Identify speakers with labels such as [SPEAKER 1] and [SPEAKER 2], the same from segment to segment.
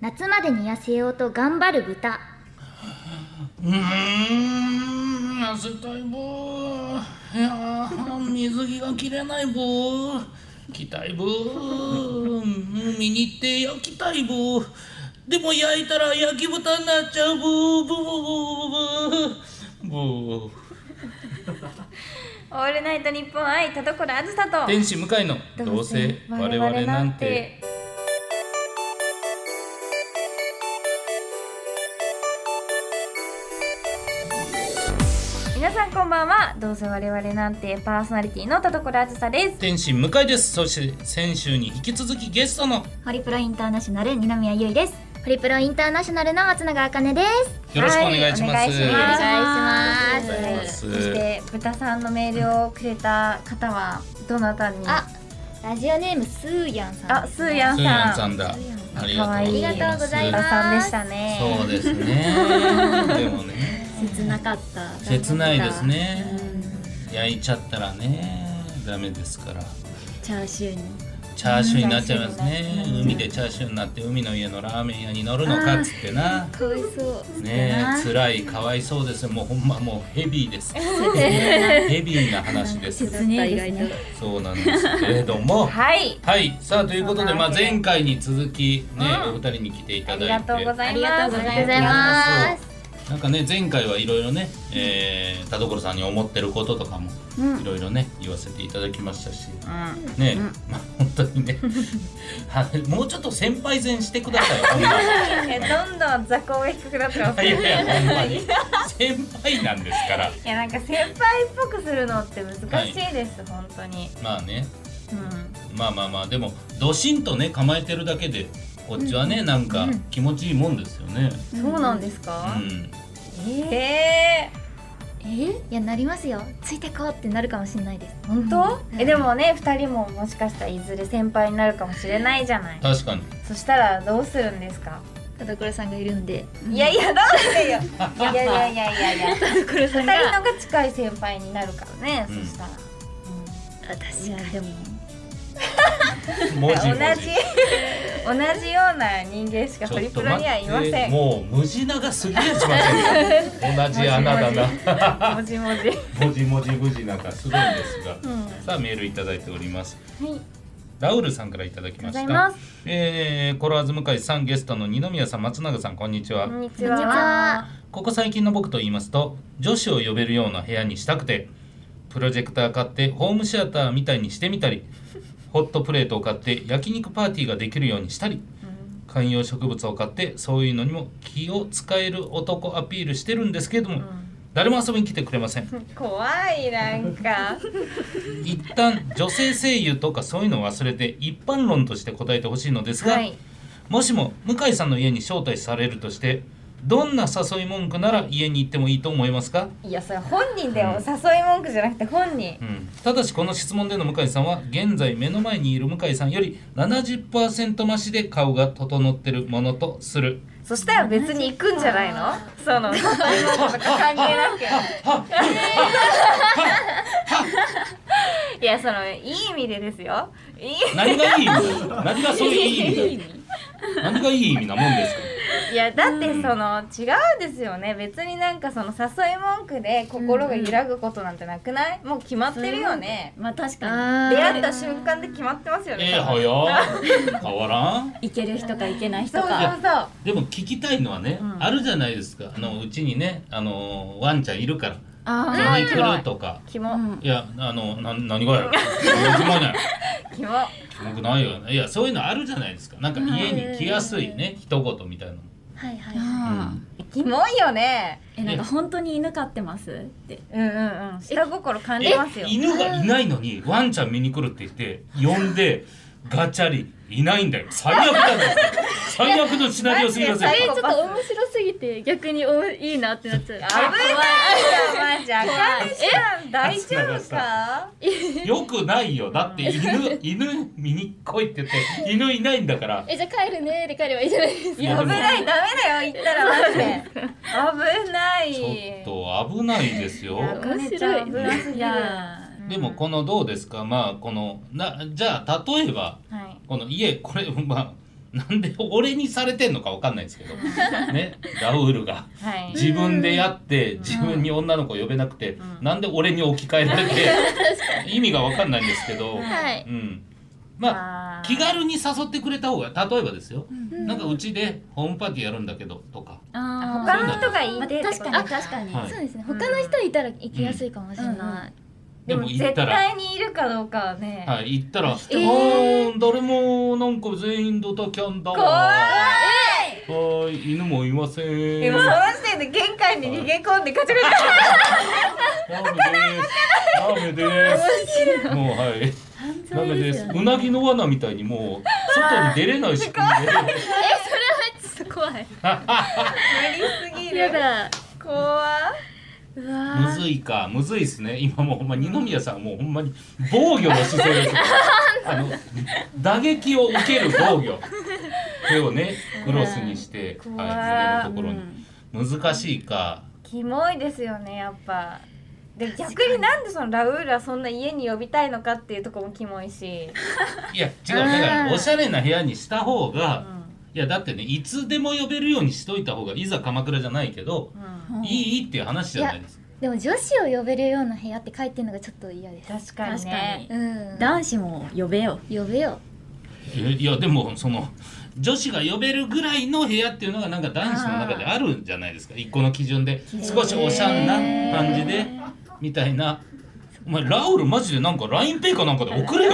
[SPEAKER 1] 夏までに痩せようと頑張る豚
[SPEAKER 2] うーん痩せたいぼーいやー水着が着れないぼー着たいぼー見に行って焼きたいぼーでも焼いたら焼き豚になっちゃうぼーぼーぼーぼーぼーぼ ー
[SPEAKER 3] オールナイトニッポン愛田所あずさと
[SPEAKER 2] 天使向かいのどうせ我々なんて
[SPEAKER 3] 皆さんこんばんはどうせ我々なんてパーソナリティの田所あずさです
[SPEAKER 2] 天使向かいですそして先週に引き続きゲストの
[SPEAKER 1] ホリプロインターナショナル二宮優衣ですホリプロインターナショナルの松永茜です
[SPEAKER 2] よろしくお願いします,、
[SPEAKER 3] はいお
[SPEAKER 1] お
[SPEAKER 3] 願
[SPEAKER 1] 願いし
[SPEAKER 2] ありがとうございま
[SPEAKER 1] ます
[SPEAKER 3] そして豚さんのメールをくれた方はどなたに
[SPEAKER 1] あラジオネームスーヤンさん
[SPEAKER 3] あスーヤン
[SPEAKER 2] スーヤン
[SPEAKER 3] さ
[SPEAKER 2] さ
[SPEAKER 3] ん
[SPEAKER 2] んだあり
[SPEAKER 3] 可愛い
[SPEAKER 2] がとうござい
[SPEAKER 3] 豚
[SPEAKER 2] ます
[SPEAKER 3] さんでしたね
[SPEAKER 2] そうですねでもね
[SPEAKER 1] 切なかった
[SPEAKER 2] 切ないですね焼いちゃったらねダメですから
[SPEAKER 1] チャーシューに
[SPEAKER 2] チャーシューになっちゃいますね海でチャーシューになって海の家のラーメン屋に乗るのかっつってな
[SPEAKER 1] かわいそう
[SPEAKER 2] ねえ辛いかわいそうですよもうほんまもうヘビーですヘビーな話ですそうなんですけれども
[SPEAKER 3] はい
[SPEAKER 2] はいさあということで、まあ、
[SPEAKER 3] そんなわけで
[SPEAKER 2] 前回に続きね、お二人に来てい
[SPEAKER 3] あ
[SPEAKER 2] ただ
[SPEAKER 3] り
[SPEAKER 2] いて
[SPEAKER 3] がとうございます
[SPEAKER 1] ありがとうございますありがとうござい
[SPEAKER 2] ま。
[SPEAKER 1] ます
[SPEAKER 2] なんかね前回はいろいろね、えー、田所さんに思ってることとかもいろいろね言わせていただきましたし、ね、まあ本当にね はいもうちょっと先輩前してくださいほん ま
[SPEAKER 3] えどんどん雑魚が低くなってます
[SPEAKER 2] い
[SPEAKER 3] い
[SPEAKER 2] やいやほんまに先輩なんですから
[SPEAKER 3] やなんか先輩っぽくするのって難しいです、本当に
[SPEAKER 2] まあね
[SPEAKER 3] うん
[SPEAKER 2] まあまあまあでもどしんとね構えてるだけでこっちはね、なんか気持ちいいもんですよね。
[SPEAKER 3] そうなんです
[SPEAKER 2] う
[SPEAKER 3] か、
[SPEAKER 2] ん
[SPEAKER 3] え
[SPEAKER 1] えいやなりますよついてこうってなるかもしれないです
[SPEAKER 3] ー、本当、えでもね二人ももしかしたらいずれ先輩になるかもしれないじゃない
[SPEAKER 2] 確かに
[SPEAKER 3] そしたらどうするんですか、
[SPEAKER 1] 田所さんがいるんで
[SPEAKER 3] いやいやどう してよいやいやいやいやいや
[SPEAKER 1] 田所さ
[SPEAKER 3] 二人のが近い先輩になるからね、
[SPEAKER 2] うん
[SPEAKER 3] そしたら、
[SPEAKER 1] 私がでも
[SPEAKER 2] 文字
[SPEAKER 3] 同
[SPEAKER 2] 文
[SPEAKER 3] じ
[SPEAKER 2] 字
[SPEAKER 3] 同じような人間しかホリプロにはいませんも
[SPEAKER 2] もう無地長すぎやしません か同じ穴だな
[SPEAKER 3] じもじ、
[SPEAKER 2] 文字文字無地長すごいんですが、
[SPEAKER 3] うん、
[SPEAKER 2] さあメールいただいております
[SPEAKER 3] はい
[SPEAKER 2] ラウルさんからいただきま
[SPEAKER 3] あ
[SPEAKER 2] した
[SPEAKER 3] りがとうございま
[SPEAKER 2] えー、コロワーズ向井さんゲストの二宮さん松永さんこんにちは
[SPEAKER 3] こんにち
[SPEAKER 1] こんにちは
[SPEAKER 3] は
[SPEAKER 2] ここ最近の僕と言いますと女子を呼べるような部屋にしたくてプロジェクター買ってホームシアターみたいにしてみたりホットプレートを買って焼肉パーティーができるようにしたり観葉植物を買ってそういうのにも気を使える男アピールしてるんですけれども、誰も遊びに来てくれません
[SPEAKER 3] うん怖いなんか
[SPEAKER 2] 一旦女性声優とかそういうのを忘れて一般論として答えてほしいのですが、
[SPEAKER 3] はい
[SPEAKER 2] もしも向井さんの家に招待されるとしてどんな誘い文句なら家に行ってもいいと思いますか、
[SPEAKER 3] いやそれ本人だよ誘い文句じゃなくて本人
[SPEAKER 2] うん、ただしこの質問での向井さんは現在目の前にいる向井さんより70%増しで顔が整ってるものとする
[SPEAKER 3] そしたら別に行くんじゃないのその誘い文句とか関係なくいやそのいい意味でですよいい
[SPEAKER 2] 何がいい意味だ何がそういういい意味だ何がいい意味なもん ですか
[SPEAKER 3] いやだってその、違うんですよね別になんかその誘い文句で心が揺らぐことなんてなくない、もう決まってるよね
[SPEAKER 4] まあ確か
[SPEAKER 1] あ
[SPEAKER 3] 出会った瞬間で決まってますよね、
[SPEAKER 2] ええはや変わらん
[SPEAKER 4] にいける人かいけない人
[SPEAKER 3] そうそう
[SPEAKER 4] か
[SPEAKER 3] そう
[SPEAKER 2] でも聞きたいのはね、
[SPEAKER 3] うん
[SPEAKER 2] あるじゃないですかあのうちにねあのワンちゃんいるから
[SPEAKER 4] あ
[SPEAKER 2] 「
[SPEAKER 4] ー
[SPEAKER 2] 遊びに来る」とか
[SPEAKER 3] キモ、
[SPEAKER 4] うん
[SPEAKER 2] 「いやあのな何がやろ」「何もない
[SPEAKER 3] キモ
[SPEAKER 2] キモくないよね」いやそういうのあるじゃないですかなんか家に来やすいね一言みたいなの
[SPEAKER 1] はいはい
[SPEAKER 4] あ
[SPEAKER 3] キモいよね
[SPEAKER 4] ーえなんか本当に犬飼ってますって
[SPEAKER 3] うんうんうん下心感じます
[SPEAKER 2] え
[SPEAKER 3] よ
[SPEAKER 2] 犬がいないのにワンちゃん見に来るって言って呼んでガチャリいないんだよ最悪だよ最悪のシナリオすぎません
[SPEAKER 3] い
[SPEAKER 2] か
[SPEAKER 3] や最
[SPEAKER 4] ちょっと面白すぎて逆においいなってなっちゃう
[SPEAKER 3] 危ないじゃんまあじゃあん大丈夫か
[SPEAKER 2] よくないよだって犬犬見に来いって言って犬いないんだから
[SPEAKER 5] えじゃあ帰るねで帰ればいいじゃないですか
[SPEAKER 2] い
[SPEAKER 3] 危ないダメだよ言ったらマジで危ない
[SPEAKER 2] ちょっと危ないですよ
[SPEAKER 3] やばいちゃん危なすぎる
[SPEAKER 4] いや
[SPEAKER 2] でもこのどうですかまあこのなじゃあ例えば
[SPEAKER 3] はい
[SPEAKER 2] この家これまあ なんで俺にされてんのかわかんないですけど、ね、ラウールが
[SPEAKER 3] はい
[SPEAKER 2] 自分でやって自分に女の子呼べなくて、
[SPEAKER 3] うん
[SPEAKER 2] なんで俺に置き換えられて意味がわかんないんですけど、
[SPEAKER 4] はい
[SPEAKER 2] うん、まあ
[SPEAKER 3] あー
[SPEAKER 2] 気軽に誘ってくれた方が例えばですよ、なんかうちでホームパーティーやるんだけどとか、
[SPEAKER 4] あ
[SPEAKER 3] 他の人がい
[SPEAKER 1] まあ
[SPEAKER 3] て
[SPEAKER 1] 確かに確かに、
[SPEAKER 2] はい
[SPEAKER 4] そうですね。他の人いたら行きやすいかもしれない。
[SPEAKER 2] で
[SPEAKER 3] でも
[SPEAKER 2] も行
[SPEAKER 3] 絶
[SPEAKER 2] ったら、
[SPEAKER 3] 対にいるかどうかはね、
[SPEAKER 2] はい、行ったら、
[SPEAKER 4] え
[SPEAKER 2] あー誰もなんか全員ドタキャンだわ
[SPEAKER 3] 怖い
[SPEAKER 2] はーい犬もいません
[SPEAKER 3] でもその時点で玄関に逃げ込んでガチャガチャ
[SPEAKER 2] ラーメンです。ラーメンです。もうはい。ラーメンです。うなぎの罠みたいにもう外に出れない仕組みで。
[SPEAKER 4] ちょっと怖い。
[SPEAKER 3] やりすぎ
[SPEAKER 4] や
[SPEAKER 3] る
[SPEAKER 4] だ。
[SPEAKER 3] 怖
[SPEAKER 4] うわ
[SPEAKER 2] むずいか、むずいですね。今もうほんま二宮さんもうほんまに防御の姿勢 です。あの打撃を受ける防御。手をねクロスにして、
[SPEAKER 3] 怖い
[SPEAKER 2] はい、胸のところに。難しいか。
[SPEAKER 3] キモいですよねやっぱで逆になんでそのラウールはそんな家に呼びたいのかっていうところもキモいし、
[SPEAKER 2] いや違う。だからおしゃれな部屋にした方
[SPEAKER 3] う
[SPEAKER 2] が。
[SPEAKER 3] ん
[SPEAKER 2] いやだってねいつでも呼べるようにしといた方がいざ鎌倉じゃないけど、
[SPEAKER 3] うん、
[SPEAKER 4] うん
[SPEAKER 2] いいっていう話じゃないですか。
[SPEAKER 4] でも女子を呼べるような部屋って書いてるのがちょっと嫌です。
[SPEAKER 3] 確かにね
[SPEAKER 4] うん。
[SPEAKER 6] 男子も呼べよ
[SPEAKER 4] 呼べよ。
[SPEAKER 2] えいやでもその女子が呼べるぐらいの部屋っていうのがなんか男子の中であるんじゃないですか一個の基準で少しおしゃんな感じでみたいな。お前ラウルマジでなんか LINEPay かなんかで送れよ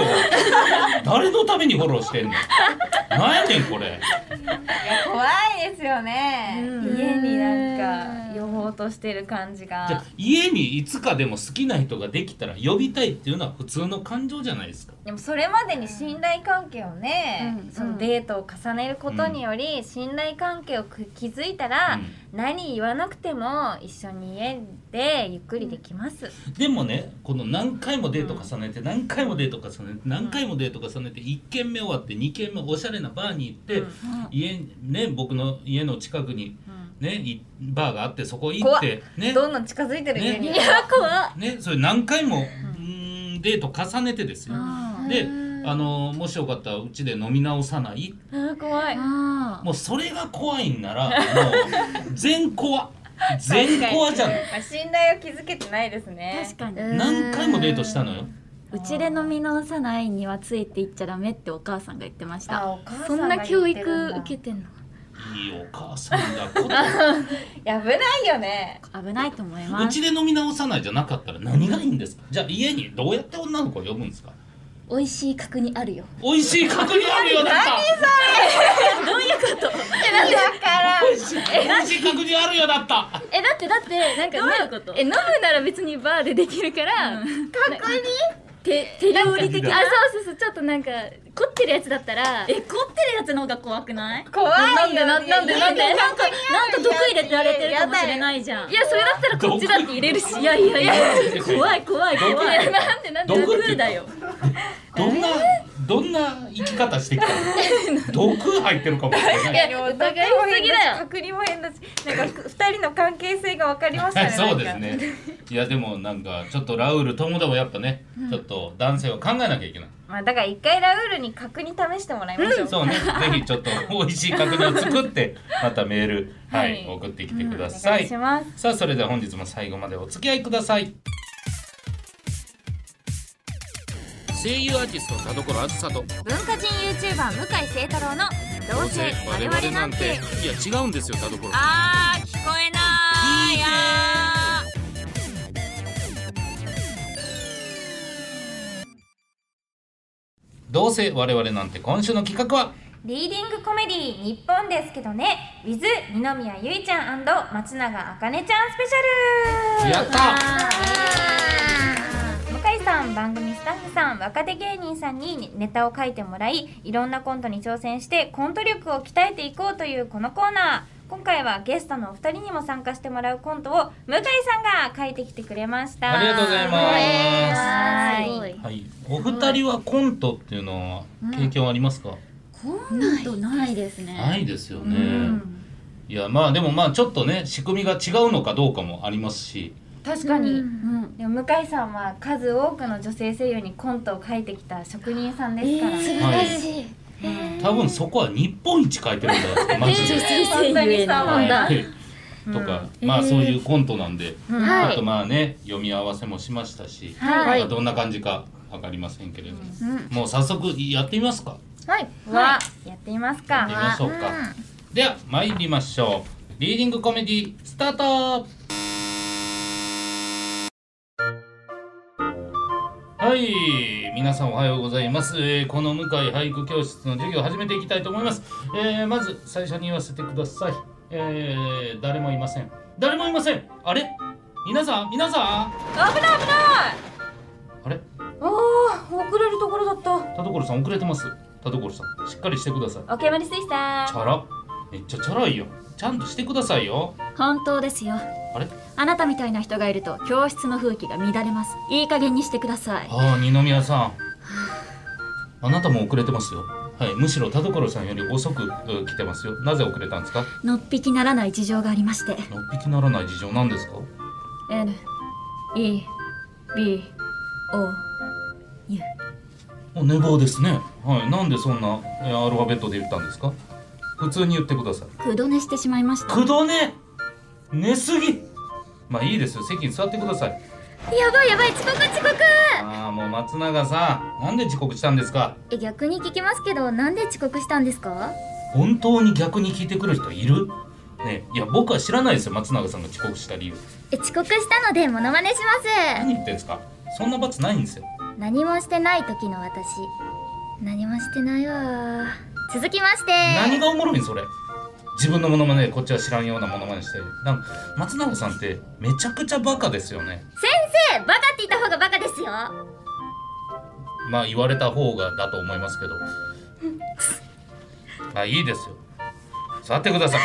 [SPEAKER 2] 誰のためにフォローしてんのなんやねんこれ
[SPEAKER 3] いや怖いですよね、
[SPEAKER 6] うん
[SPEAKER 3] 家になんか呼ぼうとしてる感じが
[SPEAKER 2] じゃあ家にいつかでも好きな人ができたら呼びたいっていうのは普通の感情じゃないですか
[SPEAKER 3] でもそれまでに信頼関係をね、そのデートを重ねることにより信頼関係を築いたら、何言わなくても一緒に家でゆっくりできます、
[SPEAKER 2] でもねこの何回もデート重ねて何回もデート重ねて何回もデート重ねて1軒目終わって2軒目おしゃれなバーに行って、
[SPEAKER 3] うん
[SPEAKER 2] 家ね僕の家の近くにねいバーがあってそこ行
[SPEAKER 3] 怖
[SPEAKER 2] っ
[SPEAKER 3] って
[SPEAKER 2] ね
[SPEAKER 3] どんどん近づいてる家に、
[SPEAKER 2] ねねそれ何回も、うーんデート重ねてですよ。であのもしよかったらうちで飲み直さない
[SPEAKER 3] 怖い
[SPEAKER 4] あ
[SPEAKER 2] もうそれが怖いんならもう 全コア全コアじゃん
[SPEAKER 3] 信頼を築けてないですね
[SPEAKER 6] 確かに
[SPEAKER 4] あ。
[SPEAKER 2] 何回もデートしたのよ。
[SPEAKER 6] うちで飲み直さないにはついていっちゃダメってお母さんが言ってました
[SPEAKER 3] あお母さ
[SPEAKER 4] そん
[SPEAKER 3] んが
[SPEAKER 4] な
[SPEAKER 3] 言って
[SPEAKER 4] 教
[SPEAKER 3] る
[SPEAKER 4] 育
[SPEAKER 3] んだ
[SPEAKER 4] 受けてんの。
[SPEAKER 2] いいお母さんがこ
[SPEAKER 3] や危ないよね
[SPEAKER 6] 危ないと思いうます
[SPEAKER 2] ちで飲み直さないじゃなかったら何がいいんですかじゃあ家にどうやって女の子を呼ぶんですか
[SPEAKER 4] 美味しい角煮あるよ。
[SPEAKER 2] 美味しい角煮あるよだった
[SPEAKER 3] だから
[SPEAKER 2] 美味しい美味しい角煮あるよだった
[SPEAKER 4] えだってだってなんか
[SPEAKER 6] どういうこと
[SPEAKER 4] え飲むなら別にバーでできるから。角煮。手手料理的
[SPEAKER 2] 角煮
[SPEAKER 4] あ
[SPEAKER 2] だ
[SPEAKER 4] そうそうそうちょっとなんか凝ってるやつだったら。
[SPEAKER 6] え凝ってるやつの方が怖くない
[SPEAKER 3] 怖いよ
[SPEAKER 6] なんでなんでなんでなんでなんかなんか毒入れてられてるかもしれ
[SPEAKER 3] い
[SPEAKER 6] ないじゃん
[SPEAKER 4] いやそれだったらこっちだって入れるし。いやいやいや。
[SPEAKER 6] 怖い怖い怖い
[SPEAKER 4] なんでなんで。
[SPEAKER 2] 毒
[SPEAKER 6] 毒
[SPEAKER 2] って
[SPEAKER 6] だよ
[SPEAKER 2] どんなどんな生き方してき たの毒入ってるかもしれない
[SPEAKER 3] いやお互いすぎだよ隔離も変だしなんか二人の関係性が分かりましたね
[SPEAKER 2] そうですねいやでもなんかちょっとラウールともどもやっぱね、ちょっと男性は考えなきゃいけない
[SPEAKER 3] まあだから一回ラウールに確認試してもらいましょう、
[SPEAKER 2] そうね、ぜひちょっと美味しい角煮を作ってまたメール、はい
[SPEAKER 3] はい
[SPEAKER 2] 送ってきてくだ
[SPEAKER 3] お
[SPEAKER 2] さ
[SPEAKER 3] 願い
[SPEAKER 2] い
[SPEAKER 3] します
[SPEAKER 2] さあそれでは本日も最後までお付き合いください声優アーティスト田所あずさと
[SPEAKER 1] 文化人 YouTuber 向井聖太郎の「どうせ我々なんて
[SPEAKER 2] いや違うんですよ田所」
[SPEAKER 1] あー聞こえないや
[SPEAKER 2] どうせ我々なんて今週の企画は
[SPEAKER 3] リーディングコメディー日本ですけどね with 二宮ゆいちゃん松永あかねちゃんスペシャル
[SPEAKER 2] やった
[SPEAKER 3] 向井さん番組スタッフさん若手芸人さんにネタを書いてもらいいろんなコントに挑戦してコント力を鍛えていこうというこのコーナー今回はゲストのお二人にも参加してもらうコントを向井さんが書いてきてくれました
[SPEAKER 2] ありがとうございま
[SPEAKER 3] は
[SPEAKER 4] すご
[SPEAKER 3] い
[SPEAKER 4] い
[SPEAKER 2] す。はい、お二人はコントっていうのは経験はありますか、
[SPEAKER 6] ないないです
[SPEAKER 2] な
[SPEAKER 6] ね
[SPEAKER 2] いですよね、いやまあでもまあちょっとね仕組みが違うのかどうかもありますし
[SPEAKER 3] 確かに、
[SPEAKER 6] うん
[SPEAKER 3] でも向井さんは数多くの女性声優にコントを書いてきた職人さんですから、
[SPEAKER 4] 素晴らしい。
[SPEAKER 2] 多分そこは日本一書いてるんだよマ ジで。
[SPEAKER 3] 本当にそう思いま
[SPEAKER 2] は
[SPEAKER 3] す
[SPEAKER 2] いとか、まあそういうコントなんで、
[SPEAKER 3] うん
[SPEAKER 2] あとまあね読み合わせもしましたし、
[SPEAKER 3] はい
[SPEAKER 2] まあどんな感じかわかりませんけれども、もう早速やってみますか。
[SPEAKER 1] はい
[SPEAKER 3] はやってみます
[SPEAKER 2] やってみま
[SPEAKER 3] か
[SPEAKER 2] しょうか。では参りましょう。リーディングコメディスタート。はい皆さんおはようございます、えーこの向井俳句教室の授業を始めていきたいと思います、えーまず最初に言わせてください、えー誰もいません誰もいませんあれ皆さん皆さん
[SPEAKER 3] 危ない危ない
[SPEAKER 2] あれ
[SPEAKER 3] おー遅れるところだった
[SPEAKER 2] 田所さん遅れてます田所さんしっかりしてください
[SPEAKER 3] おけまり水
[SPEAKER 2] チ
[SPEAKER 3] 産
[SPEAKER 2] ャラめっちゃチャラいよちゃんとしてくださいよ
[SPEAKER 6] 本当ですよ
[SPEAKER 2] あれ
[SPEAKER 6] あなたみたいな人がいると教室の風紀が乱れますいい加減にしてください
[SPEAKER 2] ああ二宮さんあなたも遅れてますよはいむしろ田所さんより遅くうん来てますよなぜ遅れたんですか
[SPEAKER 6] のっぴきならない事情がありまして
[SPEAKER 2] のっぴきならない事情なんですか
[SPEAKER 6] N E B O
[SPEAKER 2] お寝坊ですねはいなんでそんなえーアルファベットで言ったんですか普通に言ってください
[SPEAKER 6] くどねしてしまいました
[SPEAKER 2] くどね寝すぎまあいいですよ席に座ってください
[SPEAKER 1] やばいやばい遅刻遅刻
[SPEAKER 2] ああもう松永さんなんで遅刻したんですか
[SPEAKER 1] え逆に聞きますけどなんで遅刻したんですか
[SPEAKER 2] 本当に逆に聞いてくる人いるねいや僕は知らないですよ松永さんが遅刻した理由
[SPEAKER 1] え遅刻したのでモノマネしま
[SPEAKER 2] 何言ってんですかそんな罰ないんですよ
[SPEAKER 1] す何もしてない時の私何もしてないわ続きまして
[SPEAKER 2] 何がおもろいんそれ自分のモノマネでこっちは知らんようなモノマネしてなんか松永さんってめちゃくちゃバカですよね
[SPEAKER 1] 先生バカって言った方がバカですよ
[SPEAKER 2] まあ言われた方がだと思いますけどまあいいですよ座ってください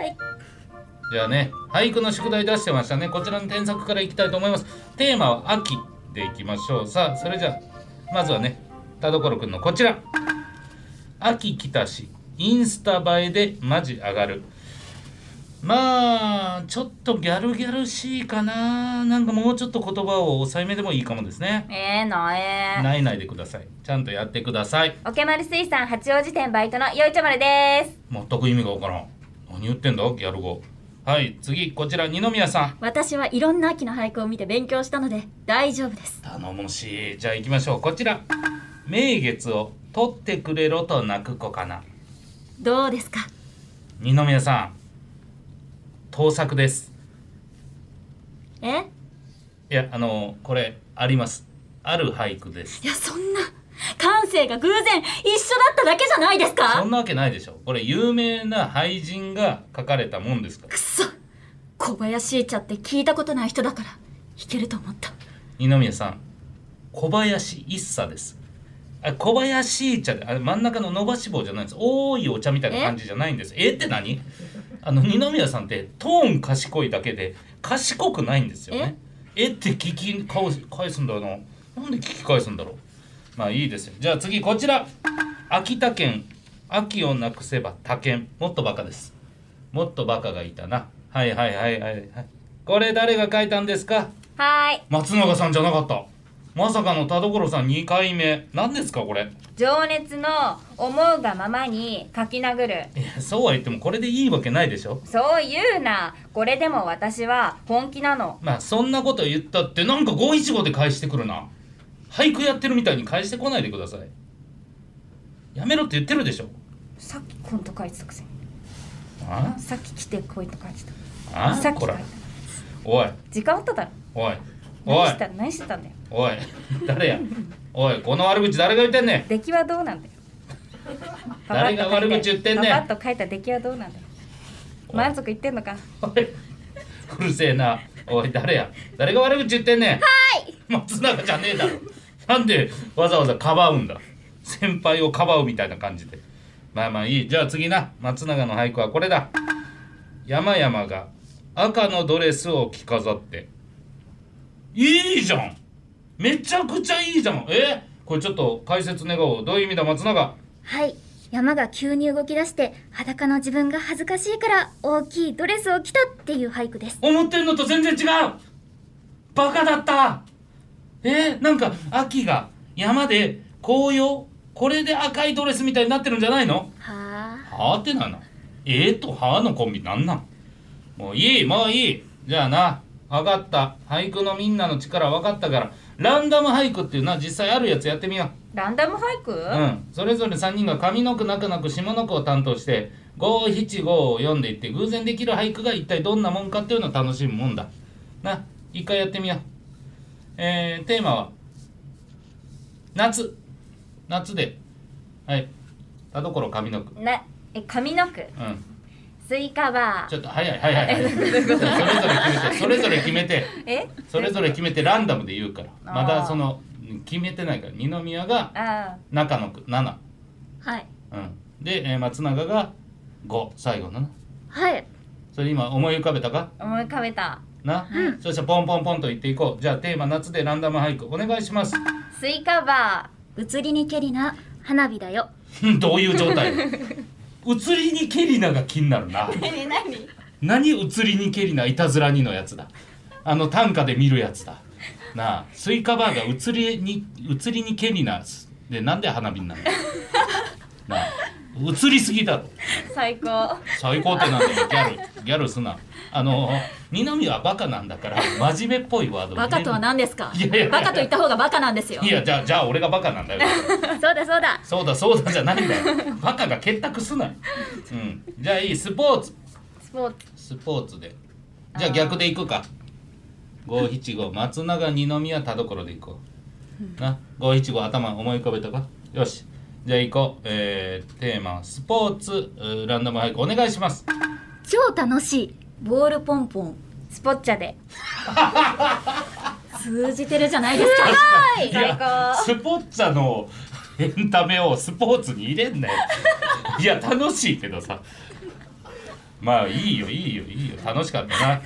[SPEAKER 1] はい
[SPEAKER 2] じゃあね俳句の宿題出してましたねこちらの添削からいきたいと思いますテーマは秋でいきましょうさあそれじゃあまずはね田所くんのこちら秋来たしインスタ映えでマジ上がるまあちょっとギャルギャルしいかななんかもうちょっと言葉を抑えめでもいいかもですね
[SPEAKER 3] えーのえ
[SPEAKER 2] ないないでください。ちゃんとやってください。
[SPEAKER 3] ーおけまり水産八王子店バイトのよいちょまるです
[SPEAKER 2] 全く意味がわからん。何言ってんだギャル語。はい、次こちら二宮さん。
[SPEAKER 6] 私はいろんな秋の俳句を見て勉強したので大丈夫です
[SPEAKER 2] 頼もしい。じゃあ行きましょう。こちら。名月を取ってくれろと泣く子かな。
[SPEAKER 6] どうですか
[SPEAKER 2] 二宮さん。盗作です。
[SPEAKER 6] え
[SPEAKER 2] いや、あのこれあります。ある俳句です。
[SPEAKER 6] いやそんな感性が偶然一緒だっただけじゃないです
[SPEAKER 2] そ
[SPEAKER 6] か
[SPEAKER 2] んなわけないでしょ。これ有名な俳人が書かれたもんですから
[SPEAKER 6] く。そ小林茶って聞いたことない人だから弾けると思った
[SPEAKER 2] 二宮さん小林一茶ですあ小林茶であ真ん中の伸ばし棒じゃないんです多いお茶みたいな感じじゃないんですえって何あの二宮さんってトーン賢いだけで賢くないんですよねえって聞き返す返すんだよななんで聞き返すんだろうまあいいですよじゃあ次こちら秋田県秋をなくせば他県もっとバカですもっとバカがいたなはいはいはいはいはいこれ誰が書いたんですか
[SPEAKER 3] はーい
[SPEAKER 2] 松永さんじゃなかったまさかの田所さん2回目何ですかこれ
[SPEAKER 3] 情熱の思うがままに書き殴る
[SPEAKER 2] いやそうは言ってもこれでいいわけないでしょ
[SPEAKER 3] そう言うなこれでも私は本気なの
[SPEAKER 2] まあそんなこと言ったってなんか五一五で返してくるな俳句やってるみたいに返してこないでくださいやめろって言ってるでしょ
[SPEAKER 3] さっきコント書いてたくせに
[SPEAKER 2] あ
[SPEAKER 3] さっき来てこいと書いて
[SPEAKER 2] あ
[SPEAKER 3] たさっ
[SPEAKER 2] こ
[SPEAKER 3] き書い
[SPEAKER 2] ら
[SPEAKER 3] た
[SPEAKER 2] おい
[SPEAKER 3] 時間あっただろ
[SPEAKER 2] おいお
[SPEAKER 3] 何
[SPEAKER 2] い
[SPEAKER 3] してた何してたんだよ
[SPEAKER 2] おい誰やおいこの悪口誰が言ってんねん
[SPEAKER 3] 出来はどうなんだよ
[SPEAKER 2] 誰が悪口言ってんねん
[SPEAKER 3] パパッと書いた出来はどうなんだよ
[SPEAKER 2] おい
[SPEAKER 3] 満足いってんのか
[SPEAKER 2] お いうるせえなおい誰や誰が悪口言ってんねんはい松永じゃねえだろなんでわざわざかばうんだ先輩をかばうみたいな感じでまあまあいいじゃあ次な松永の俳句はこれだ山々が赤のドレスを着飾っていいじゃんめちゃくちゃいいじゃんえこれちょっと解説願おうどういう意味だ松永
[SPEAKER 1] はい山が急に動き出して裸の自分が恥ずかしいから大きいドレスを着たっていう俳句です
[SPEAKER 2] 思ってるのと全然違うバカだったえー、なんか秋が山で紅葉これで赤いドレスみたいになってるんじゃないの
[SPEAKER 1] はあ
[SPEAKER 2] はあってなのえー、とはあのコンビなんなんもういいもういいじゃあな分かった俳句のみんなの力分かったからランダム俳句っていうのは実際あるやつやってみよう
[SPEAKER 3] ランダム俳句、
[SPEAKER 2] うん、それぞれ3人が上の句中の句下の句を担当して五七五を読んでいって偶然できる俳句が一体どんなもんかっていうのを楽しむもんだな一回やってみようえー、テーマは「夏」夏ではい田所上の句
[SPEAKER 3] なえ上の句
[SPEAKER 2] うん
[SPEAKER 3] スイカバ
[SPEAKER 2] ち
[SPEAKER 3] ー
[SPEAKER 2] ょっと早い早い早いそれぞれ決めてそれぞれ決めて
[SPEAKER 3] え
[SPEAKER 2] それぞれ決めてランダムで言うからま
[SPEAKER 3] あ
[SPEAKER 2] だ
[SPEAKER 3] ー
[SPEAKER 2] その決めてないから二宮が
[SPEAKER 3] あ
[SPEAKER 2] 中の句7
[SPEAKER 1] はい
[SPEAKER 2] うん、で、えー松永が5最後のな
[SPEAKER 1] はい
[SPEAKER 2] それ今思い浮かべたか
[SPEAKER 3] あ思い浮かべた
[SPEAKER 2] な、そしたらポンポンポンと言っていこうじゃあテーマ夏でランダム俳句お願いします
[SPEAKER 3] スイカバ
[SPEAKER 1] 移りにけりな花火だよ
[SPEAKER 2] どういう状態移りにケリナが気になるな
[SPEAKER 3] ー何
[SPEAKER 2] 何移りにケリないたずらにのやつだあの短歌で見るやつだなあスイカバーが移りに移りにケリナでなんで花火になるのなあ移りすぎだろ
[SPEAKER 3] 最高
[SPEAKER 2] 最高ってなんだよギャルギャルすなあの二宮はバカなんだから真面目っぽいワードを入れ
[SPEAKER 6] バ
[SPEAKER 2] る
[SPEAKER 6] カとは何ですか
[SPEAKER 2] いやいやいや
[SPEAKER 6] バカと言った方がバカなんですよ
[SPEAKER 2] いやじゃあじゃあ俺がバカなんだよ
[SPEAKER 1] そうだそうだ
[SPEAKER 2] そうだそうだじゃないんだよバカが結託すなよ、うん、じゃあいいスポーツ
[SPEAKER 3] スポーツ
[SPEAKER 2] スポーツでじゃあ逆でいくか五七五松永二宮田所でいこうな五七五頭思い浮かべたかよしじゃあ行こう、えー、テーマスポーツうーランダム俳句お願いします
[SPEAKER 1] 超楽しい
[SPEAKER 6] ボールポンポン
[SPEAKER 3] スポッチ ャで
[SPEAKER 6] 通じてるじゃないですか
[SPEAKER 2] いや
[SPEAKER 3] 最高
[SPEAKER 2] スポッチャのエンタメをスポーツに入れ んなよいや楽しいけどさまあいいよいいよいいよ楽しかったな、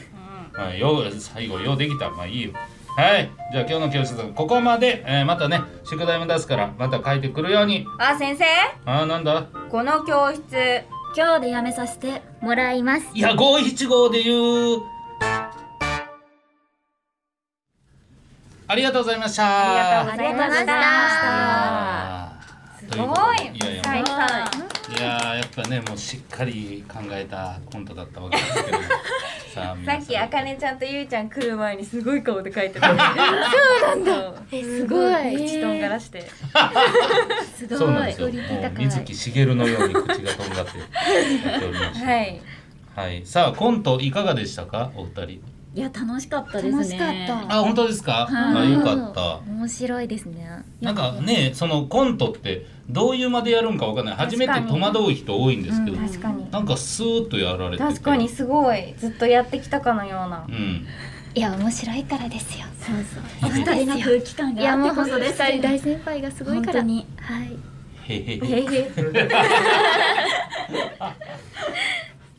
[SPEAKER 2] まあ、よう最後ようできたまあいいよはいじゃあ今日の教室はここまで、えーまたね宿題も出すからまた書いてくるように
[SPEAKER 3] あ先生
[SPEAKER 2] あーなんだ
[SPEAKER 3] この教室
[SPEAKER 6] 今日でやめさせて
[SPEAKER 1] もらいます
[SPEAKER 2] いや五七五で言うありがとうございました
[SPEAKER 3] ありがとうございました
[SPEAKER 1] ありがとうございました
[SPEAKER 2] す
[SPEAKER 3] すごい
[SPEAKER 2] やいや
[SPEAKER 3] サイさん
[SPEAKER 2] いやーやっぱねもうしっかり考えたコントだったわけですけどさあ
[SPEAKER 3] さ
[SPEAKER 2] 皆
[SPEAKER 3] っき
[SPEAKER 2] さ
[SPEAKER 3] あ
[SPEAKER 2] ん
[SPEAKER 3] かねちゃんとゆいちゃん来る前にすごい顔で書いてたそうなんだ
[SPEAKER 5] すごい
[SPEAKER 3] 口とんがらして
[SPEAKER 1] す
[SPEAKER 2] そうなんですよもう水木しげるのように口がとんがってやっておりました
[SPEAKER 3] はい
[SPEAKER 2] はい、さあコントいかがでしたかお二人
[SPEAKER 6] いや楽しかったですね
[SPEAKER 1] 楽しかった
[SPEAKER 2] あ本当ですかあよかった
[SPEAKER 1] 面白いですね
[SPEAKER 2] なんかねそのコントってどういうまでやるんかわかんない初めて
[SPEAKER 3] 確か
[SPEAKER 2] 戸
[SPEAKER 3] に
[SPEAKER 2] 惑う人多いんですけど、
[SPEAKER 3] 確かに
[SPEAKER 2] なんかスーッとやられてて
[SPEAKER 3] 確かにすごいずっとやってきたかのような
[SPEAKER 2] うん
[SPEAKER 1] いや面白いからですよそう
[SPEAKER 6] お二人の空気感
[SPEAKER 1] い
[SPEAKER 6] が
[SPEAKER 1] や
[SPEAKER 6] あ
[SPEAKER 1] もう
[SPEAKER 6] ってこ
[SPEAKER 1] 本
[SPEAKER 6] そ
[SPEAKER 1] 当
[SPEAKER 6] で
[SPEAKER 1] に
[SPEAKER 6] すよ
[SPEAKER 1] 二人大先輩がすごい
[SPEAKER 6] 本
[SPEAKER 1] か
[SPEAKER 6] 当
[SPEAKER 1] ら
[SPEAKER 6] に
[SPEAKER 1] はい
[SPEAKER 2] へへへ
[SPEAKER 3] えへ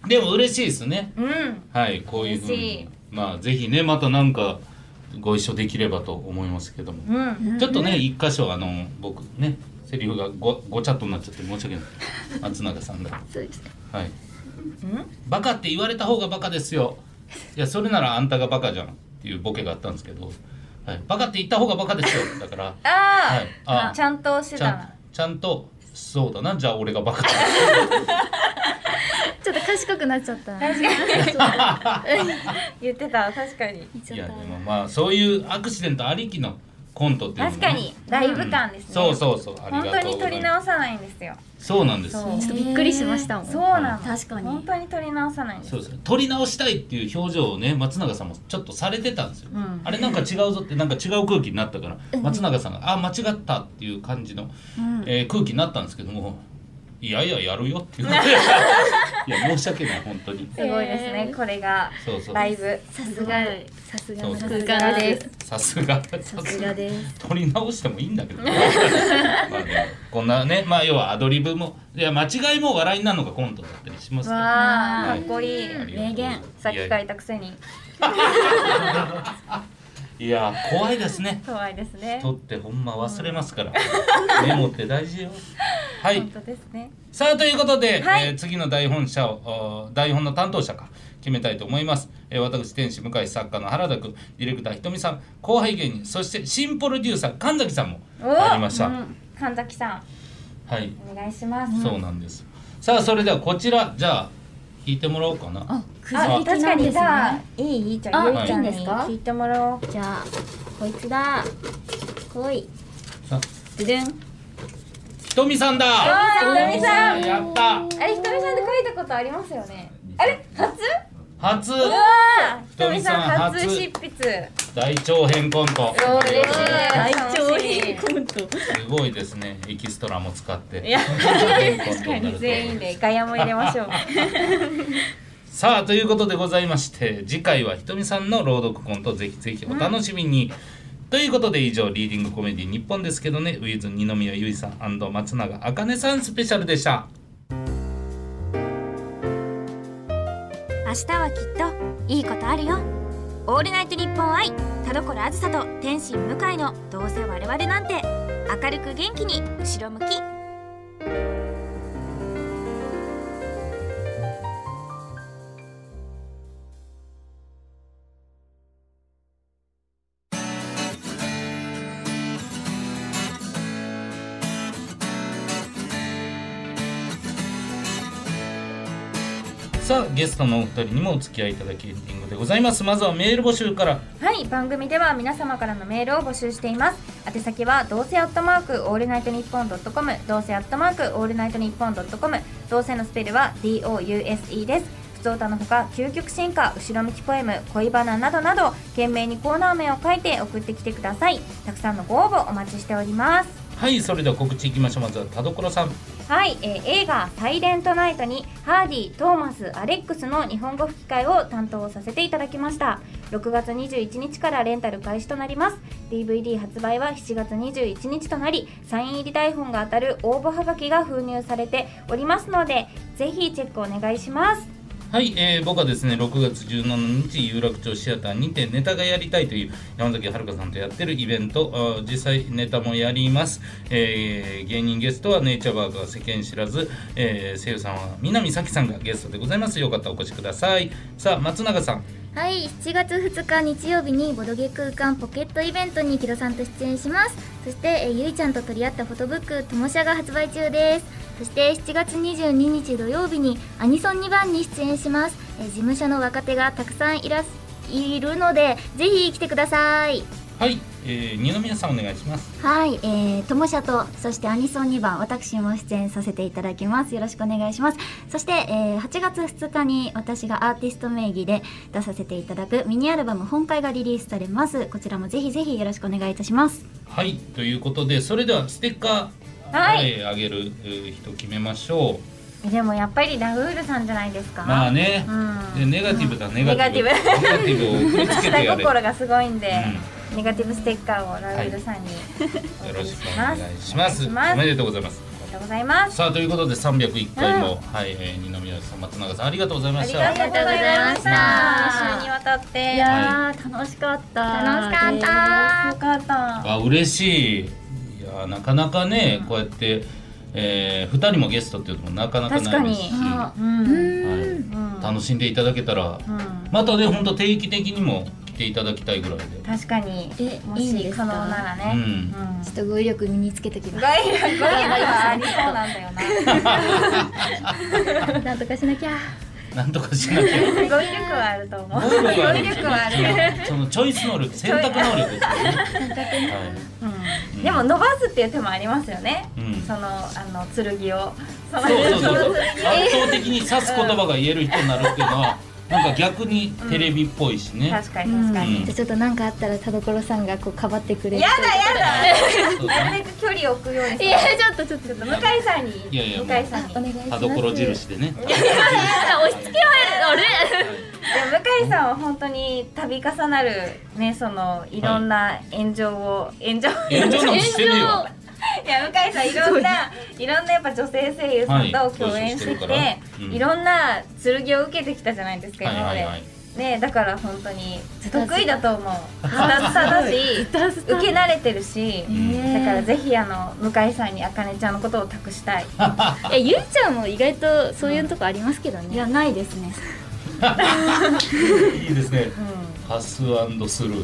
[SPEAKER 2] でも嬉しいですね
[SPEAKER 3] うん
[SPEAKER 2] はい、こういうふう
[SPEAKER 3] 嬉しい
[SPEAKER 2] に、まあ、ぜひね、またなんか。ご一緒できればと思いますけども。
[SPEAKER 3] うん
[SPEAKER 2] ちょっとね、一箇所、あの、僕ね、セリフがご、ごちゃっとなっちゃって、申し訳ない。松永さんが。
[SPEAKER 1] そうです
[SPEAKER 2] はい。バカって言われた方がバカですよ。いや、それなら、あんたがバカじゃんっていうボケがあったんですけど。はい、バカって言った方がバカですよ。だから。 はい、
[SPEAKER 3] あ
[SPEAKER 2] あ
[SPEAKER 3] あちゃんとして
[SPEAKER 2] ち
[SPEAKER 3] た
[SPEAKER 2] ゃ、
[SPEAKER 3] なん
[SPEAKER 2] ちゃんと。そうだな、じゃあ、俺がバ カだ。
[SPEAKER 1] ちょっと賢くなっちゃ った
[SPEAKER 3] 確かに言ってた確かに
[SPEAKER 2] いや、でも、まあ、そういうアクシデントありきの。コントっていうのもね
[SPEAKER 3] 確かにライブ感ですね
[SPEAKER 2] そうそうそう、あり
[SPEAKER 3] 本
[SPEAKER 2] がと
[SPEAKER 3] 当
[SPEAKER 2] う
[SPEAKER 3] に
[SPEAKER 2] ござ
[SPEAKER 3] 撮
[SPEAKER 2] い
[SPEAKER 3] り
[SPEAKER 2] ま
[SPEAKER 3] 直さないんですよ
[SPEAKER 2] す。そうなんです。
[SPEAKER 3] そう
[SPEAKER 1] ちょっとびっくりしましたもん
[SPEAKER 3] そうなの
[SPEAKER 6] 確かに
[SPEAKER 3] 本当に撮り直さないんです
[SPEAKER 2] そうですね。撮り直したいっていう表情をね、松永さんもちょっとされてたんですよ。
[SPEAKER 3] ん
[SPEAKER 2] あれなんか違うぞって、なんか違う空気になったから、松永さんが、あ、間違ったっていう感じの、えー空気になったんですけども。いやいや、やるよ っていう。いや、申し訳ない、本当に。
[SPEAKER 3] すごいですね、これが
[SPEAKER 2] そうそう。
[SPEAKER 3] ライブ
[SPEAKER 1] さすがさすが
[SPEAKER 2] そうそう
[SPEAKER 1] すがです
[SPEAKER 2] さすが。さすが。
[SPEAKER 1] です
[SPEAKER 2] 撮り直してもいいんだけど。 まあね、こんなね、まあ、要はアドリブも、いや、間違いも笑いになるのがコントだったりしますから。
[SPEAKER 3] わあ
[SPEAKER 2] は
[SPEAKER 3] か
[SPEAKER 2] い
[SPEAKER 3] っこいい
[SPEAKER 2] ありがとうございます
[SPEAKER 3] さっき書いたくせに
[SPEAKER 2] いやいや怖いですね
[SPEAKER 3] 怖いですね
[SPEAKER 2] 人ってほんま忘れますから、メモって大事よはい
[SPEAKER 3] 本当ですね
[SPEAKER 2] さあということで、
[SPEAKER 3] はい
[SPEAKER 2] えー次の台本者をおー台本の担当者か決めたいと思います、えー私天使向井作家の原田君ディレクターひとみさん後輩芸人そして新プロデューサー神崎さんも
[SPEAKER 3] お
[SPEAKER 2] ありました、
[SPEAKER 3] 神崎さん
[SPEAKER 2] はい
[SPEAKER 3] お願いします
[SPEAKER 2] そうなんですさあそれではこちらじゃあ弾いてもらおうかな
[SPEAKER 6] あ、くじ
[SPEAKER 3] あ、
[SPEAKER 6] 引
[SPEAKER 3] 確
[SPEAKER 6] き
[SPEAKER 3] か
[SPEAKER 6] なん
[SPEAKER 3] に
[SPEAKER 6] です
[SPEAKER 3] じゃあ
[SPEAKER 6] ね。
[SPEAKER 3] いいじゃ
[SPEAKER 6] あ
[SPEAKER 3] あゆいちゃんに
[SPEAKER 6] いいんですか
[SPEAKER 3] 聞いてもらおう
[SPEAKER 6] じゃあ、こいつだ。こい。
[SPEAKER 2] あ
[SPEAKER 6] ずるん。
[SPEAKER 2] ひとみさんだ
[SPEAKER 3] あーひとみさん
[SPEAKER 2] やった
[SPEAKER 3] あれひとみさんで書いたことありますよねあれ初
[SPEAKER 2] 初
[SPEAKER 3] あーひ
[SPEAKER 2] と
[SPEAKER 3] と
[SPEAKER 2] み
[SPEAKER 3] み
[SPEAKER 2] さ
[SPEAKER 3] さ
[SPEAKER 2] ん
[SPEAKER 3] ん
[SPEAKER 2] 初
[SPEAKER 3] 初執筆
[SPEAKER 2] 大長編コント
[SPEAKER 3] おー嬉しい
[SPEAKER 6] 大
[SPEAKER 3] 楽
[SPEAKER 6] 長
[SPEAKER 3] しい
[SPEAKER 6] 編コント。
[SPEAKER 2] すごいですねエキストラも使って
[SPEAKER 3] や
[SPEAKER 2] 確
[SPEAKER 3] 全員でガヤも入れましょう
[SPEAKER 2] さあということでございまして次回はひとみさんの朗読コントぜひぜひお楽しみに、ということで以上リーディングコメディ日本ですけどねウィズ二宮ゆいさん松永あかねさんスペシャルでした
[SPEAKER 3] 明日はきっといいことあるよオールナイト日本愛田所あずさと天心向井のどうせ我々なんて明るく元気に後ろ向き
[SPEAKER 2] さあゲストのお二人にもお付き合いいただきエンディングでございますまずはメール募集から
[SPEAKER 3] はい番組では皆様からのメールを募集しています宛先はどうせアットマークオールナイトニッポンドットコムどうせアットマークオールナイトニッポンドットコムどうせのスペルは DOUSE です普通歌のほか究極進化後ろ向きポエム恋バナなどなど懸命にコーナー名を書いて送ってきてくださいたくさんのご応募お待ちしております
[SPEAKER 2] はいそれでは告知いきましょうまずは田所さん
[SPEAKER 3] はい、えー映画「サイレントナイト」にハーディトーマスアレックスの日本語吹き替えを担当させていただきました6月21日からレンタル開始となります DVD 発売は7月21日となりサイン入り台本が当たる応募はがきが封入されておりますのでぜひチェックお願いします
[SPEAKER 2] はい、えー僕はですね6月17日有楽町シアターにてネタがやりたいという山崎遥さんとやってるイベントあー実際ネタもやります、えー芸人ゲストはネイチャーバーガー世間知らず、えー声優さんは南咲さんがゲストでございますよかったらお越しくださいさあ松永さん
[SPEAKER 1] はい、7月2日日曜日にボドゲ空間ポケットイベントに木戸さんと出演します。そして、えーゆいちゃんと取り合ったフォトブック、ともしゃが発売中です。そして、7月22日土曜日にアニソン2番に出演します。えー事務所の若手がたくさんいらす、いるので、ぜひ来てください。
[SPEAKER 2] はい、えー二宮さんお願いします
[SPEAKER 6] はい、えー、ともしゃと、そしてアニソン2番、私も出演させていただきます。よろしくお願いします。そして、えー、8月2日に私がアーティスト名義で出させていただくミニアルバム本会がリリースされます。こちらもぜひぜひよろしくお願いいたします。
[SPEAKER 2] はいということでそれではステッカー
[SPEAKER 3] はい
[SPEAKER 2] えーあげるえー人決めましょう
[SPEAKER 3] でもやっぱりラウールさんじゃないですか
[SPEAKER 2] まあね、
[SPEAKER 3] うん
[SPEAKER 2] でネガティブだネガティブ
[SPEAKER 3] ネガテ
[SPEAKER 2] ネガティブを送りつけてや
[SPEAKER 3] 下
[SPEAKER 2] れ
[SPEAKER 3] 心がすごいんで、
[SPEAKER 2] う
[SPEAKER 3] ネガティブステッカーをラウールさん
[SPEAKER 2] よ
[SPEAKER 3] に、
[SPEAKER 2] ろしくお願いします。
[SPEAKER 3] お願いします
[SPEAKER 2] おめでとうございます。
[SPEAKER 3] ありがとうございます
[SPEAKER 2] さあということで301回も、はい、えー二宮さん松永さんありがとうございま
[SPEAKER 3] あ
[SPEAKER 2] し
[SPEAKER 3] り
[SPEAKER 2] た。
[SPEAKER 3] がとうございました。2週にわたって。
[SPEAKER 6] いやー、楽しかった。
[SPEAKER 1] 楽しかっ
[SPEAKER 6] えー
[SPEAKER 1] た。
[SPEAKER 3] よかった。
[SPEAKER 2] あ嬉しい。いやーなかなかね、こうやって、えー、2人もゲストっていうのもなかなかないですし、
[SPEAKER 3] 確
[SPEAKER 2] は
[SPEAKER 3] うん。うん。
[SPEAKER 2] い、楽しんでいただけたら、またね本当定期的にも来ていただきたいぐらいで。
[SPEAKER 3] 確かに。も
[SPEAKER 5] いいんで
[SPEAKER 3] し
[SPEAKER 5] すか
[SPEAKER 3] 可能なら
[SPEAKER 2] うん
[SPEAKER 3] ね。う。ん
[SPEAKER 5] ちょっと語彙力身につけときます
[SPEAKER 3] ガイガイはありそうなんだ よな。
[SPEAKER 5] なんとかしなきゃ
[SPEAKER 2] なんとかしなきゃ。
[SPEAKER 3] 語彙力はあると思う。
[SPEAKER 2] 能力はあ
[SPEAKER 3] 語
[SPEAKER 2] る
[SPEAKER 3] 彙力はある。
[SPEAKER 2] そのチョイス能力、選択能力ですよね。はい。
[SPEAKER 3] うんでも伸ばすっていう手もありますよね。
[SPEAKER 2] うん
[SPEAKER 3] そのあの剣を。そ
[SPEAKER 2] そ
[SPEAKER 3] の
[SPEAKER 2] うそうそうそう圧
[SPEAKER 3] の
[SPEAKER 2] 倒的に指す言葉が言える人になるっていうのは、なんか逆にテレビっぽいしね、
[SPEAKER 3] 確かに確かに。
[SPEAKER 2] うん
[SPEAKER 5] じゃあちょっと何かあったら田所さんがこうかばってくれる
[SPEAKER 3] やだやだ。
[SPEAKER 2] そう
[SPEAKER 3] な
[SPEAKER 2] ね
[SPEAKER 3] るべく距離を置くようにする。
[SPEAKER 5] いやちょっとちょっと
[SPEAKER 3] 向井さんに。
[SPEAKER 2] いやいやもう
[SPEAKER 3] 向井さんに
[SPEAKER 5] お。願いします
[SPEAKER 2] 田所印でね
[SPEAKER 3] で向井さんは本当に度重なるねそのいろんな炎上を、炎上
[SPEAKER 2] 炎上 なんてしてねえよ
[SPEAKER 3] いや向井さんいろんないろんなやっぱ女性声優さん
[SPEAKER 2] はい
[SPEAKER 3] と共演してき
[SPEAKER 2] ご一
[SPEAKER 3] て,、
[SPEAKER 2] 緒して
[SPEAKER 3] い
[SPEAKER 2] るからうん
[SPEAKER 3] ろんな剣を受けてきたじゃないですか
[SPEAKER 2] は
[SPEAKER 3] 今
[SPEAKER 2] い
[SPEAKER 3] ま
[SPEAKER 2] は
[SPEAKER 3] で、
[SPEAKER 2] いはい
[SPEAKER 3] ねだから本当に得意だと思う二つだし受け慣れてるし、
[SPEAKER 2] ん
[SPEAKER 3] だからぜひあの向井さんにあかねちゃんのことを託したい
[SPEAKER 5] えゆいちゃんも意外とそういうとこありますけどね、
[SPEAKER 6] いや、ないですね。
[SPEAKER 2] いいですね、パススル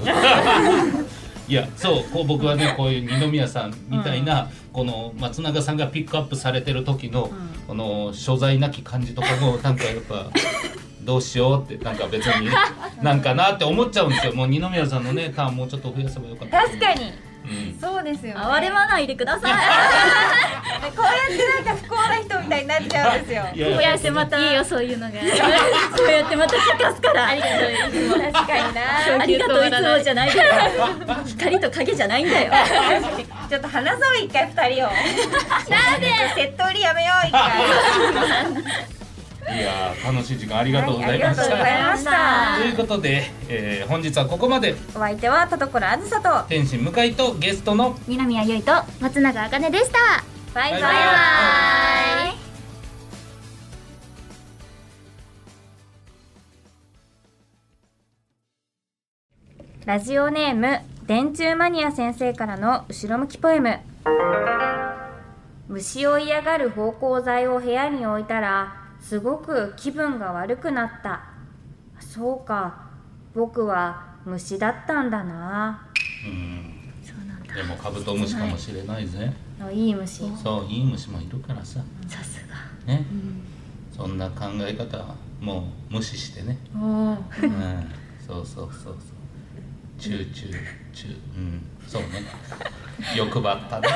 [SPEAKER 2] ーいやそうこう僕はねこういう二宮さんみたいな、この松永さんがピックアップされてる時の、この所在なき感じとかもなんかやっ ぱ。どうしようってなんか別になんかなって思っちゃうんですよもう二宮さんのねターンもうちょっと増やせばよかった
[SPEAKER 3] 確かに
[SPEAKER 2] に、
[SPEAKER 3] そうですよ、ね、
[SPEAKER 4] 哀れまないでください
[SPEAKER 3] こうやってなんか不幸な人みたいになっちゃうんですよ
[SPEAKER 2] うん、いや
[SPEAKER 4] こう
[SPEAKER 2] い
[SPEAKER 4] や
[SPEAKER 2] や
[SPEAKER 4] ってまた
[SPEAKER 5] いいよそういうのが
[SPEAKER 4] こうやってまた聞かすからありがと
[SPEAKER 3] 確かにな
[SPEAKER 4] ありがとういつもじゃないから光と影じゃないんだよ
[SPEAKER 3] ちょっと話そう一回二人をなんでセット売りやめよう一回
[SPEAKER 2] いやー楽しい時間ありがとうござい
[SPEAKER 3] あ
[SPEAKER 2] ま
[SPEAKER 3] りが
[SPEAKER 2] し
[SPEAKER 3] とうござい
[SPEAKER 2] た。
[SPEAKER 3] ました
[SPEAKER 2] ということで、えー本日はここまで
[SPEAKER 3] お相手は田所あずさと
[SPEAKER 2] 天心向井とゲストの
[SPEAKER 6] 二宮ゆいと
[SPEAKER 1] 松永あかねでした
[SPEAKER 3] バイバ
[SPEAKER 2] バ
[SPEAKER 3] イ
[SPEAKER 2] イ
[SPEAKER 3] バイラジオネーム電柱マニア先生からの後ろ向きポエム虫を嫌がる芳香剤を部屋に置いたらすごく気分が悪くなったそうか僕は虫だったんだな
[SPEAKER 2] うんでもカブトムシかもしれないぜ、
[SPEAKER 3] のいい虫
[SPEAKER 2] そういい虫もいるからさ
[SPEAKER 6] さすが
[SPEAKER 2] ね、そんな考え方はもう無視してね、うん、そうそうそうそうチューチューチューうんそうね欲張ったね